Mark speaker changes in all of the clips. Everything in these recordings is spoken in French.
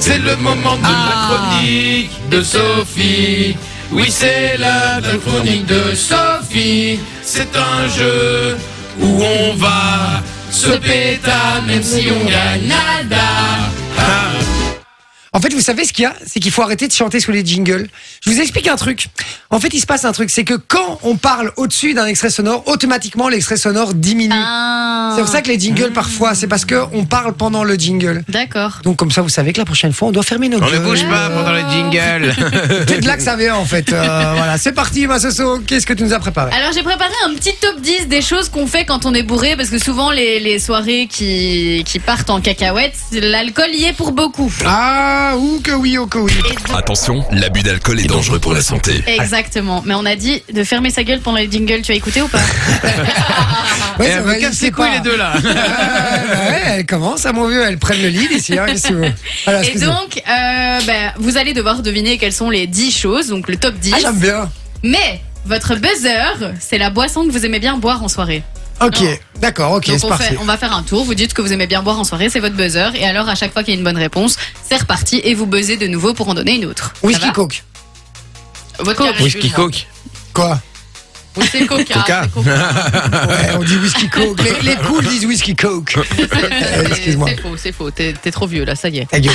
Speaker 1: C'est le moment de la
Speaker 2: Ah.
Speaker 1: chronique de Sophie. Oui, c'est la, la chronique de Sophie. C'est un jeu où on va se péta, même si on gagne nada.
Speaker 2: En fait, vous savez ce qu'il y a C'est qu'il faut arrêter de chanter sous les jingles. Je vous explique un truc. En fait, il se passe un truc. C'est que quand on parle au-dessus d'un extrait sonore, automatiquement, l'extrait sonore diminue.
Speaker 3: Ah.
Speaker 2: C'est pour ça que les jingles, parfois, c'est parce qu'on parle pendant le jingle.
Speaker 3: D'accord.
Speaker 2: Donc, comme ça, vous savez que la prochaine fois, on doit fermer nos
Speaker 1: On ne
Speaker 2: gueules.
Speaker 1: bouge pas pendant le jingle.
Speaker 2: C'est de là que ça vient, en fait. Euh, voilà, c'est parti, ma Soso. Qu'est-ce que tu nous as préparé
Speaker 3: Alors j'ai préparé un petit top 10 des choses qu'on fait quand on est bourré, parce que souvent les, les soirées qui, qui partent en cacahuètes, l'alcool y est pour beaucoup.
Speaker 2: Ah, ou que oui, ou que oui.
Speaker 3: Et donc-
Speaker 4: Attention, l'abus d'alcool est dangereux pour la santé.
Speaker 3: Exactement, mais on a dit de fermer sa gueule pendant les jingles, tu as écouté ou pas
Speaker 2: Ouais,
Speaker 1: Eh,
Speaker 2: ça
Speaker 1: me
Speaker 2: va,
Speaker 1: casse
Speaker 2: je sais
Speaker 1: les couilles,
Speaker 2: pas.
Speaker 1: les deux, là.
Speaker 2: Euh, bah ouais, elles commencent, à mon vieux. Elles prennent le lead ici. Hein, qu'est-ce que tu veux Voilà,
Speaker 3: Et
Speaker 2: excusez-moi.
Speaker 3: donc, euh, bah, vous allez devoir deviner quelles sont les 10 choses, donc le top 10.
Speaker 2: Ah, j'aime bien.
Speaker 3: mais votre buzzer, c'est la boisson que vous aimez bien boire en soirée.
Speaker 2: Ok,
Speaker 3: Non.
Speaker 2: d'accord, ok,
Speaker 3: Donc
Speaker 2: c'est
Speaker 3: on,
Speaker 2: parti.
Speaker 3: fait- on va faire un tour, vous dites que vous aimez bien boire en soirée, c'est votre buzzer, et alors à chaque fois qu'il y a une bonne réponse, c'est reparti et vous buzzez de nouveau pour en donner une autre. Ça
Speaker 2: Whisky
Speaker 3: va
Speaker 2: Coke.
Speaker 3: Votre carré,
Speaker 1: Whisky
Speaker 3: excuse-moi.
Speaker 1: Coke.
Speaker 2: Quoi
Speaker 3: Oui, c'est coca.
Speaker 1: Coca.
Speaker 3: c'est coca.
Speaker 2: Ouais, on dit whisky coke. Les, les cools disent whisky coke.
Speaker 3: Euh,
Speaker 2: Euh,
Speaker 5: C'est-
Speaker 2: Excuse-moi.
Speaker 5: C'est faux, c'est faux. T'es t'es trop vieux là, ça y est.
Speaker 2: Ta gueule.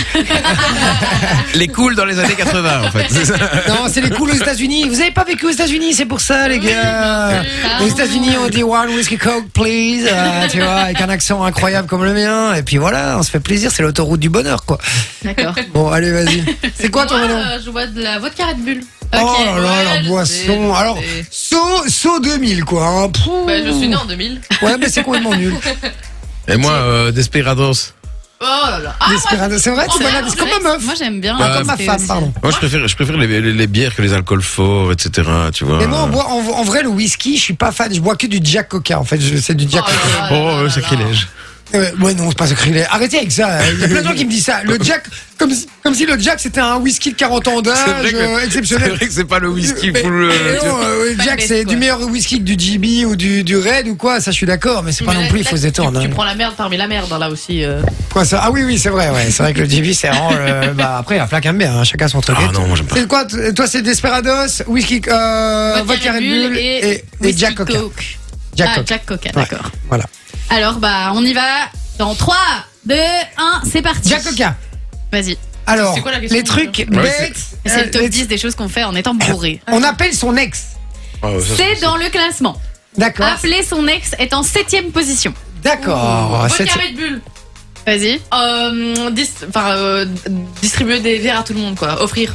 Speaker 1: Les cools dans les années 80, en fait. C'est ça.
Speaker 2: Non, c'est les cools aux États-Unis. Vous avez pas vécu aux États-Unis, c'est pour ça, les gars. Aux États-Unis, on dit one whisky coke, please. Euh, tu vois, avec un accent incroyable comme le mien. Et puis voilà, on se fait plaisir. C'est l'autoroute du bonheur, quoi.
Speaker 3: D'accord.
Speaker 2: Bon, allez, vas-y. C'est quoi ton
Speaker 5: Moi,
Speaker 2: nom
Speaker 5: euh, Je bois de la vodka Red Bull.
Speaker 2: Oh
Speaker 3: ok,
Speaker 2: là là, la
Speaker 5: ouais, je
Speaker 2: boisson.
Speaker 5: sais,
Speaker 2: Alors,
Speaker 5: je sais.
Speaker 2: saut, saut 2000, quoi. hein. Pouh.
Speaker 5: Bah, je suis né en 2000.
Speaker 2: Ouais, mais c'est complètement nul.
Speaker 1: Et moi, euh, Desperados.
Speaker 5: Oh là là. Ah, moi,
Speaker 2: Desperados. C'est vrai, tu
Speaker 5: Oh,
Speaker 2: vois là,
Speaker 5: merde,
Speaker 2: c'est comme ma meuf.
Speaker 3: bah, Moi j'aime bien.
Speaker 2: Comme ma
Speaker 3: C'est Oh
Speaker 2: femme,
Speaker 3: aussi-
Speaker 2: pardon.
Speaker 1: Moi, je préfère, je préfère les, les- les bières que les alcools forts, etc. Tu vois.
Speaker 2: Mais moi, en, bois- en, en vrai, le whisky, je suis pas fan. Je bois que du Jack Coca. En fait, Je- c'est du Jack.
Speaker 5: Oh, là là
Speaker 1: Oh,
Speaker 5: là
Speaker 1: euh,
Speaker 5: là
Speaker 1: sacrilège.
Speaker 2: Euh, ouais, non, c'est pas sacrilège. Arrêtez avec ça. Il y a plein de gens qui me disent ça. Le Jack, comme si, comme si le Jack c'était un whisky de 40 ans
Speaker 1: C'est
Speaker 2: d'âge,
Speaker 1: vrai que-
Speaker 2: euh,
Speaker 1: C'est
Speaker 2: exceptionnel.
Speaker 1: vrai que c'est pas le whisky
Speaker 2: Mais-
Speaker 1: pour le.
Speaker 2: mais non, euh,
Speaker 5: Pas
Speaker 2: Jack,
Speaker 5: le best,
Speaker 2: c'est
Speaker 5: quoi.
Speaker 2: du meilleur whisky que du GB ou du, du Red ou quoi. Ça, je suis d'accord, mais c'est pas
Speaker 5: Mais
Speaker 2: non
Speaker 5: là-
Speaker 2: plus, il
Speaker 5: là,
Speaker 2: faut se
Speaker 5: tu-
Speaker 2: détendre.
Speaker 5: Tu,
Speaker 2: hein.
Speaker 5: prends la merde parmi la merde là aussi. euh.
Speaker 2: Quoi, ça ah oui, oui, c'est vrai. Ouais. C'est vrai que le GB, c'est vraiment. le- bah, après, un flac aime bien. hein. Chacun son truc.
Speaker 1: Ah non, moi, j'aime pas.
Speaker 2: C'est quoi t- Toi, c'est Desperados, whisky, euh, vodka Red Bull et, et
Speaker 3: Whisky
Speaker 2: Jack Coca.
Speaker 3: Coke.
Speaker 2: Jack
Speaker 3: ah,
Speaker 2: Coca.
Speaker 3: Jack Coca,
Speaker 2: Ouais.
Speaker 3: d'accord.
Speaker 2: Voilà.
Speaker 3: Alors bah on y va dans 3, 2, 1, c'est parti.
Speaker 2: Jack Coca.
Speaker 3: Vas-y.
Speaker 2: Alors,
Speaker 5: C'est quoi la question,
Speaker 2: les trucs
Speaker 1: Ouais,
Speaker 2: bêtes.
Speaker 3: C'est le
Speaker 2: euh,
Speaker 3: top
Speaker 2: les-
Speaker 3: 10 des choses qu'on fait en étant bourré.
Speaker 2: On appelle son ex.
Speaker 1: Oh, ça,
Speaker 3: C'est dans le classement.
Speaker 2: D'accord.
Speaker 3: Appeler son ex est en 7 position.
Speaker 2: D'accord.
Speaker 5: vodka
Speaker 2: Cette-
Speaker 5: Red Bull.
Speaker 3: Vas-y.
Speaker 5: Euh, dis- enfin, euh, distribuer des verres à tout le monde quoi. Offrir.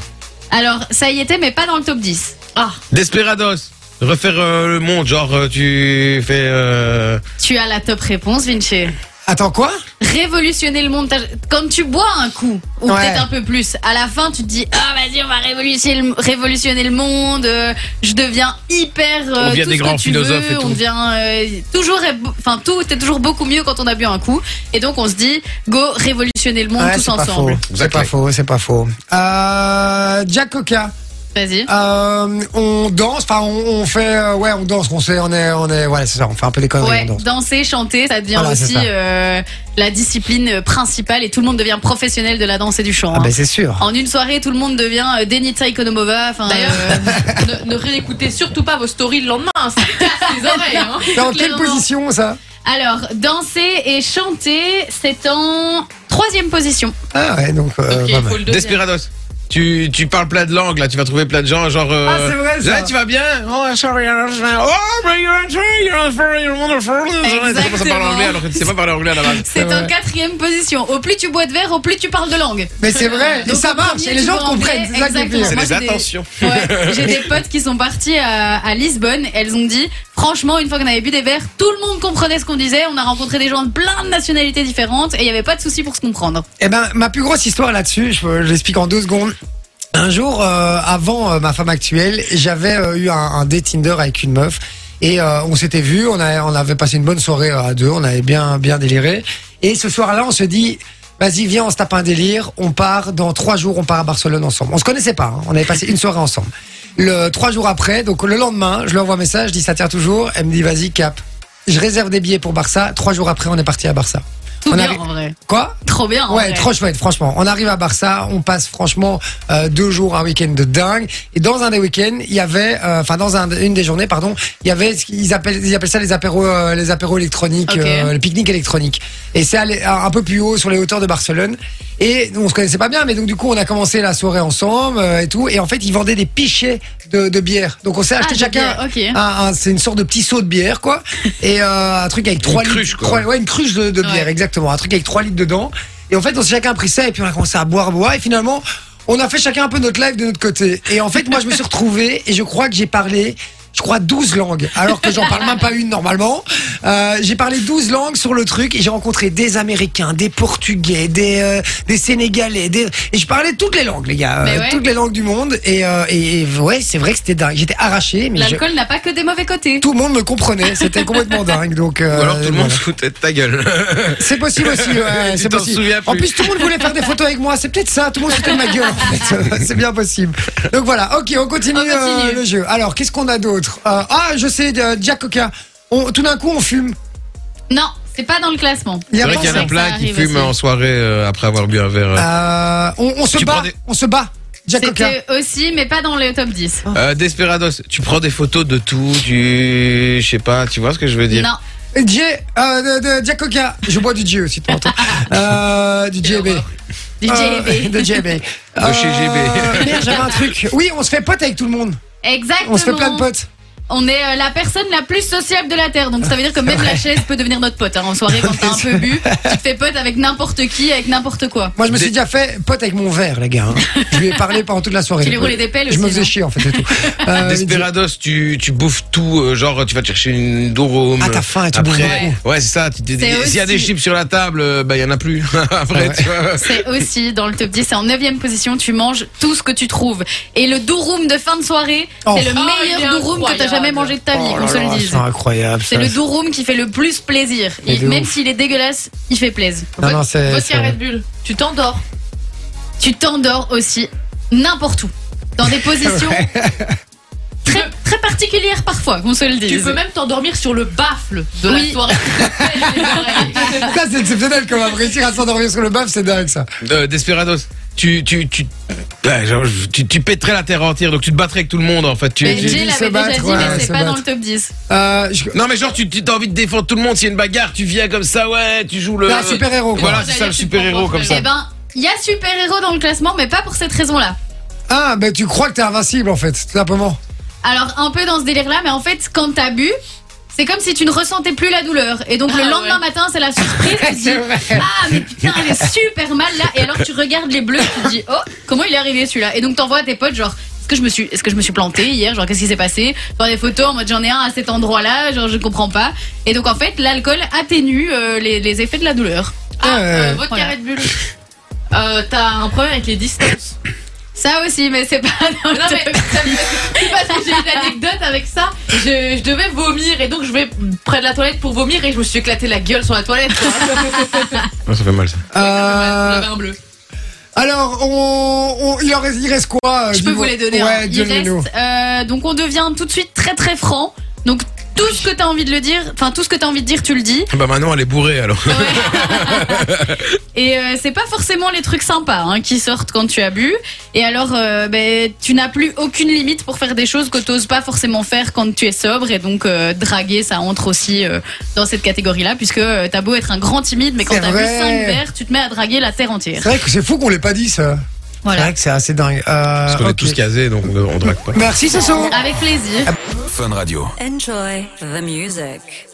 Speaker 3: Alors ça y était mais pas dans le top 10.
Speaker 5: Ah.
Speaker 1: Desperados. Refaire euh, le monde, genre euh, tu fais. euh,
Speaker 3: Tu as la top réponse Vinci.
Speaker 2: Attends, quoi
Speaker 3: révolutionner le monde. T'as- Quand tu bois un coup, ou
Speaker 2: Ouais.
Speaker 3: peut-être un peu plus, à la fin, tu te dis Ah, vas-y, on va révolutionner le, révolutionner le monde. euh, je deviens hyper. euh,
Speaker 1: On devient
Speaker 3: tout
Speaker 1: des
Speaker 3: ce que
Speaker 1: grands
Speaker 3: tu
Speaker 1: philosophes
Speaker 3: veux,
Speaker 1: et tout.
Speaker 3: On devient. euh, toujours. est beau- Enfin, tout est toujours beaucoup mieux quand on a bu un coup. Et donc, on se dit Go révolutionner le monde
Speaker 2: Ouais,
Speaker 3: tous
Speaker 2: c'est pas faux.
Speaker 3: ensemble.
Speaker 2: C'est pas
Speaker 1: Exactement.
Speaker 2: faux, c'est pas faux. Euh, Jack Coca.
Speaker 3: Vas-y.
Speaker 2: Euh, on danse, enfin, on, on fait. euh, ouais, on danse, on sait, on est. On est ouais, c'est ça, on fait un peu des conneries,
Speaker 3: Ouais,
Speaker 2: on danse.
Speaker 3: danser, chanter, ça devient
Speaker 2: Voilà, c'est
Speaker 3: aussi
Speaker 2: ça.
Speaker 3: euh, la discipline principale et tout le monde devient professionnel de la danse et du chant.
Speaker 2: Ah,
Speaker 3: hein.
Speaker 2: ben c'est sûr.
Speaker 3: En une soirée, tout le monde devient euh, Denita Ikonomova. enfin,
Speaker 5: D'ailleurs,
Speaker 3: euh,
Speaker 5: ne, ne réécoutez surtout pas vos stories le lendemain. hein, Ça casse les oreilles. hein.
Speaker 2: C'est en quelle
Speaker 3: clairement.
Speaker 2: position ça
Speaker 3: Alors, danser et chanter, c'est en troisième position.
Speaker 2: Ah ouais, donc. euh,
Speaker 5: Ok,
Speaker 2: pas mal.
Speaker 5: faut le donner.
Speaker 1: Desperados. Tu, tu parles plein de langues, là, tu vas trouver plein de gens, genre. euh,
Speaker 2: Ah, c'est vrai, ça.
Speaker 1: Là, tu vas bien Oh, sorry, I'm sorry. Oh, but you're sorry, you're sorry, you're wonderful. Tu commences à parler
Speaker 3: Exactement.
Speaker 1: anglais alors que tu sais pas parler anglais à la base.
Speaker 3: C'est
Speaker 2: vrai.
Speaker 3: en quatrième position. Au plus tu bois de verre, au plus tu parles de langue.
Speaker 2: Mais c'est vrai, et
Speaker 3: Donc,
Speaker 2: ça
Speaker 3: au
Speaker 2: marche,
Speaker 3: premier,
Speaker 2: et les
Speaker 3: tu
Speaker 2: gens
Speaker 3: vas en
Speaker 2: comprennent, c'est
Speaker 3: anglais,
Speaker 2: ça qui est pire.
Speaker 1: C'est
Speaker 3: Moi,
Speaker 1: des
Speaker 3: j'ai des-
Speaker 1: attentions.
Speaker 3: Ouais, J'ai des potes qui sont partis à, à Lisbonne. Elles ont dit, franchement, une fois qu'on avait bu des verres, tout le monde comprenait ce qu'on disait. On a rencontré des gens de plein de nationalités différentes et il n'y avait pas de souci pour se comprendre.
Speaker 2: Eh ben, ma plus grosse histoire là-dessus, je peux- je l'explique en deux secondes. Un jour, euh, avant euh, ma femme actuelle, j'avais euh, eu un, un date Tinder avec une meuf. Et euh, on s'était vu, on, a- on avait passé une bonne soirée euh, à deux, on avait bien, bien déliré. Et ce soir-là, on se dit, vas-y, viens, on se tape un délire, on part, dans trois jours, on part à Barcelone ensemble. On se connaissait pas, hein, on avait passé une soirée ensemble. Le, trois jours après, donc le lendemain, je lui envoie un message, je dis, ça tient toujours, elle me dit, vas-y, cap. Je réserve des billets pour Barça, trois jours après, on est parti à Barça.
Speaker 3: Tout
Speaker 2: On
Speaker 3: bien
Speaker 2: avait-
Speaker 3: en vrai.
Speaker 2: Quoi
Speaker 3: Trop bien en
Speaker 2: Ouais,
Speaker 3: vrai.
Speaker 2: trop chouette, franchement. On arrive à Barça, on passe franchement euh, deux jours, un week-end de dingue. Et dans un des week-ends, il y avait, euh, enfin dans un- une des journées, pardon, il y avait, ce qu'ils appellent, ils appellent ça les apéros, euh, les apéros électroniques,
Speaker 3: Ok.
Speaker 2: euh, le pique-nique électronique. Et c'est allé- un peu plus haut sur les hauteurs de Barcelone. Et nous, on se connaissait pas bien, mais donc du coup, on a commencé la soirée ensemble euh, et tout. Et en fait, ils vendaient des pichets de, de bière. Donc on s'est acheté
Speaker 3: Ah, de
Speaker 2: chacun.
Speaker 3: bière, ok.
Speaker 2: un- un- c'est une sorte de petit seau de bière, quoi. Et euh, un truc avec trois litres-
Speaker 1: cruche, quoi.
Speaker 2: trois- ouais, une cruche de, de bière,
Speaker 3: Ouais.
Speaker 2: exactement. Un truc avec 3 litres dedans. Et en fait, on s'est chacun pris ça et puis on a commencé à boire, boire. Et finalement, on a fait chacun un peu notre live de notre côté. Et en fait, moi, je me suis retrouvé et je crois que j'ai parlé. Je crois 12 langues, alors que j'en parle même pas une normalement. Euh, j'ai parlé 12 langues sur le truc et j'ai rencontré des Américains, des Portugais, des, euh, des Sénégalais, des... et je parlais toutes les langues, les gars, euh,
Speaker 3: Mais ouais.
Speaker 2: toutes les langues du monde. Et, euh, et, et ouais, c'est vrai que c'était dingue. J'étais arraché, mais je-
Speaker 3: L'alcool n'a pas que des mauvais côtés.
Speaker 2: tout le monde me comprenait. C'était complètement dingue. Donc,
Speaker 1: Ou alors tout
Speaker 2: euh,
Speaker 1: le monde
Speaker 2: voilà.
Speaker 1: se foutait de ta gueule.
Speaker 2: C'est possible aussi, ouais,
Speaker 1: Tu
Speaker 2: c'est
Speaker 1: t'en
Speaker 2: possible.
Speaker 1: souviens plus.
Speaker 2: En plus, tout le monde voulait faire des photos avec moi, c'est peut-être ça, tout le monde se foutait de ma gueule. En fait. C'est bien possible. Donc voilà, ok, on continue,
Speaker 3: On continue.
Speaker 2: euh, le jeu. Alors, qu'est-ce qu'on a d'autre Euh, Ah, je sais, euh, Jack Coca. On- tout d'un coup, on fume.
Speaker 3: Non, c'est pas dans le classement.
Speaker 2: Il y
Speaker 1: C'est
Speaker 2: a
Speaker 1: vrai
Speaker 2: pas
Speaker 1: qu'il y en a
Speaker 3: ça
Speaker 1: plein qui
Speaker 3: arrive
Speaker 1: fument
Speaker 3: aussi.
Speaker 1: en soirée euh, après avoir bu un verre. euh.
Speaker 2: ça. Euh, on, on se
Speaker 1: Tu
Speaker 2: bat,
Speaker 1: prends des-
Speaker 2: on se bat. Jack Coca. Oh,
Speaker 3: C'était aussi, mais pas dans le top 10.
Speaker 1: Euh, Desperados, tu prends des photos de tout, tu. Je sais pas, tu vois ce que je veux dire
Speaker 3: Non,
Speaker 2: DJ, euh, de- de- Jack Coca. Je bois du J aussi, de temps en temps. Euh, du JB.
Speaker 3: du
Speaker 2: Euh,
Speaker 3: JB.
Speaker 2: de JB.
Speaker 1: De chez JB.
Speaker 2: Euh, merde, j'avais un truc. Oui, on se fait pote avec tout le monde.
Speaker 3: Exactement.
Speaker 2: On se fait plein de potes.
Speaker 3: On est euh, la personne la plus sociable de la Terre, donc ça veut dire que même la chaise peut devenir notre pote. hein. En soirée, quand t'as un peu bu, tu te fais pote avec n'importe qui, avec n'importe quoi.
Speaker 2: Moi, je me
Speaker 1: Des-
Speaker 2: suis déjà fait pote avec mon verre, les gars. hein. Je lui ai parlé pendant toute la soirée.
Speaker 3: Tu lui roulais des pelles
Speaker 2: Je
Speaker 3: aussi,
Speaker 2: me faisais
Speaker 3: non
Speaker 2: chier, en fait, c'est tout. Euh,
Speaker 1: Desperados, tu, tu bouffes tout, euh, genre tu vas te chercher une Dorum.
Speaker 2: Ah, t'as faim et tu bouffes
Speaker 1: Après, ouais, c'est ça. tu te dis, S'il
Speaker 3: C'est
Speaker 1: y a des
Speaker 3: aussi-
Speaker 1: chips sur la table, euh, bah il y en a plus.
Speaker 2: Ah
Speaker 1: Après, tu vois.
Speaker 3: hein. C'est aussi dans le top 10, c'est en 9 position, tu manges tout ce que tu trouves. Et le durum de fin de soirée,
Speaker 2: Oh.
Speaker 3: c'est le
Speaker 5: Oh, il est
Speaker 3: meilleur durum que t'as
Speaker 5: incroyable.
Speaker 3: jamais mangé de ta vie,
Speaker 2: Oh
Speaker 3: qu'on
Speaker 2: là
Speaker 3: se
Speaker 2: là,
Speaker 3: le dise.
Speaker 2: C'est incroyable.
Speaker 3: C'est
Speaker 2: ça.
Speaker 3: le durum qui fait le plus plaisir.
Speaker 2: Mais
Speaker 3: Il-
Speaker 2: de
Speaker 3: même
Speaker 2: ouf.
Speaker 3: s'il est dégueulasse, il fait plaisir.
Speaker 2: Non, non, c'est-
Speaker 5: Vodka
Speaker 2: c'est-
Speaker 5: Red Bull, tu t'endors.
Speaker 3: Tu t'endors aussi n'importe où, dans des positions très, très particulières parfois, qu'on se le dise.
Speaker 5: Tu peux même t'endormir sur le baffle de
Speaker 3: Oui.
Speaker 5: la soirée. Les oreilles.
Speaker 2: Ça, c'est exceptionnel comme après réussir à s'endormir sur le baf, c'est dingue, ça.
Speaker 1: Euh, Desperados, tu. tu, tu... ouais, genre, tu, tu pèterais la terre entière, donc tu te battrais avec tout le monde en fait. Tu,
Speaker 3: Mais
Speaker 1: tu-
Speaker 2: Jay-
Speaker 3: Jay
Speaker 2: dit se
Speaker 3: l'avait déjà
Speaker 2: battre,
Speaker 3: dit,
Speaker 2: ouais,
Speaker 3: mais
Speaker 2: se
Speaker 3: c'est pas dans
Speaker 2: battre.
Speaker 3: le top 10.
Speaker 2: Euh, je-
Speaker 1: Non mais genre tu tu- t'as envie de défendre tout le monde. S'il y a une bagarre, tu viens comme ça, ouais, tu
Speaker 3: Euh,
Speaker 1: joues le.
Speaker 2: T'es un Ah, super-héros, quoi.
Speaker 1: Voilà, c'est ça le super héros comme ça.
Speaker 3: Eh ben, il y a super héros dans le classement, mais pas pour cette raison-là.
Speaker 2: Ah, ben tu crois que t'es invincible, en fait, tout simplement.
Speaker 3: Alors, un peu dans ce délire-là, mais en fait, quand t'as bu, c'est comme si tu ne ressentais plus la douleur. Et donc, le
Speaker 5: Ah,
Speaker 3: lendemain
Speaker 5: ouais.
Speaker 3: matin, c'est la surprise. Tu te dis, ah, mais putain, elle est super mal là. Et alors, tu regardes les bleus, tu te dis, oh, comment il est arrivé celui-là Et donc, t'envoies à tes potes, genre. Est-ce que, je me suis, est-ce que je me suis planté hier Genre, qu'est-ce qui s'est passé Dans des photos en mode j'en ai un à cet endroit-là, genre je comprends pas. Et donc, en fait, l'alcool atténue euh, les, les effets de la douleur.
Speaker 5: Ah,
Speaker 2: Euh,
Speaker 5: euh, vodka
Speaker 3: voilà.
Speaker 5: Red Bull. Euh, T'as un problème avec les distances.
Speaker 3: Ça aussi, mais c'est pas dans le
Speaker 5: Non mais
Speaker 3: top.
Speaker 5: ça me- c'est parce que j'ai une anecdote avec ça. Je, je devais vomir et donc je vais près de la toilette pour vomir et je me suis éclaté la gueule sur la toilette. quoi.
Speaker 1: Ah, ça fait mal ça.
Speaker 2: euh,
Speaker 5: J'avais un bleu.
Speaker 2: alors, on, on- il, en reste, il reste quoi euh,
Speaker 3: Je peux
Speaker 2: dis-moi.
Speaker 3: vous les donner. hein.
Speaker 2: Ouais,
Speaker 3: Il reste,
Speaker 2: donne-les-nous.
Speaker 3: euh, donc on devient tout de suite très très franc. Donc tout ce que t'as envie de le dire, enfin tout ce que t'as envie de dire, tu le dis.
Speaker 1: Bah maintenant elle est bourrée alors.
Speaker 3: Et euh, c'est pas forcément les trucs sympas hein, qui sortent quand tu as bu. Et alors, euh, ben, tu n'as plus aucune limite pour faire des choses que t'oses pas forcément faire quand tu es sobre. Et donc euh, draguer, ça entre aussi euh, dans cette catégorie-là, puisque euh, t'as beau être un grand timide, mais quand
Speaker 2: C'est
Speaker 3: t'as bu
Speaker 2: vrai.
Speaker 3: 5 verres, tu te mets à draguer la terre entière.
Speaker 2: C'est vrai que c'est fou qu'on l'ait pas dit, ça. C'est
Speaker 3: Voilà.
Speaker 2: vrai que c'est assez dingue. Euh,
Speaker 1: Parce qu'on est
Speaker 2: ok.
Speaker 1: tous casés donc on, on drague pas.
Speaker 2: Merci, Soso.
Speaker 3: Avec plaisir.
Speaker 4: Fun Radio.
Speaker 6: Enjoy the music.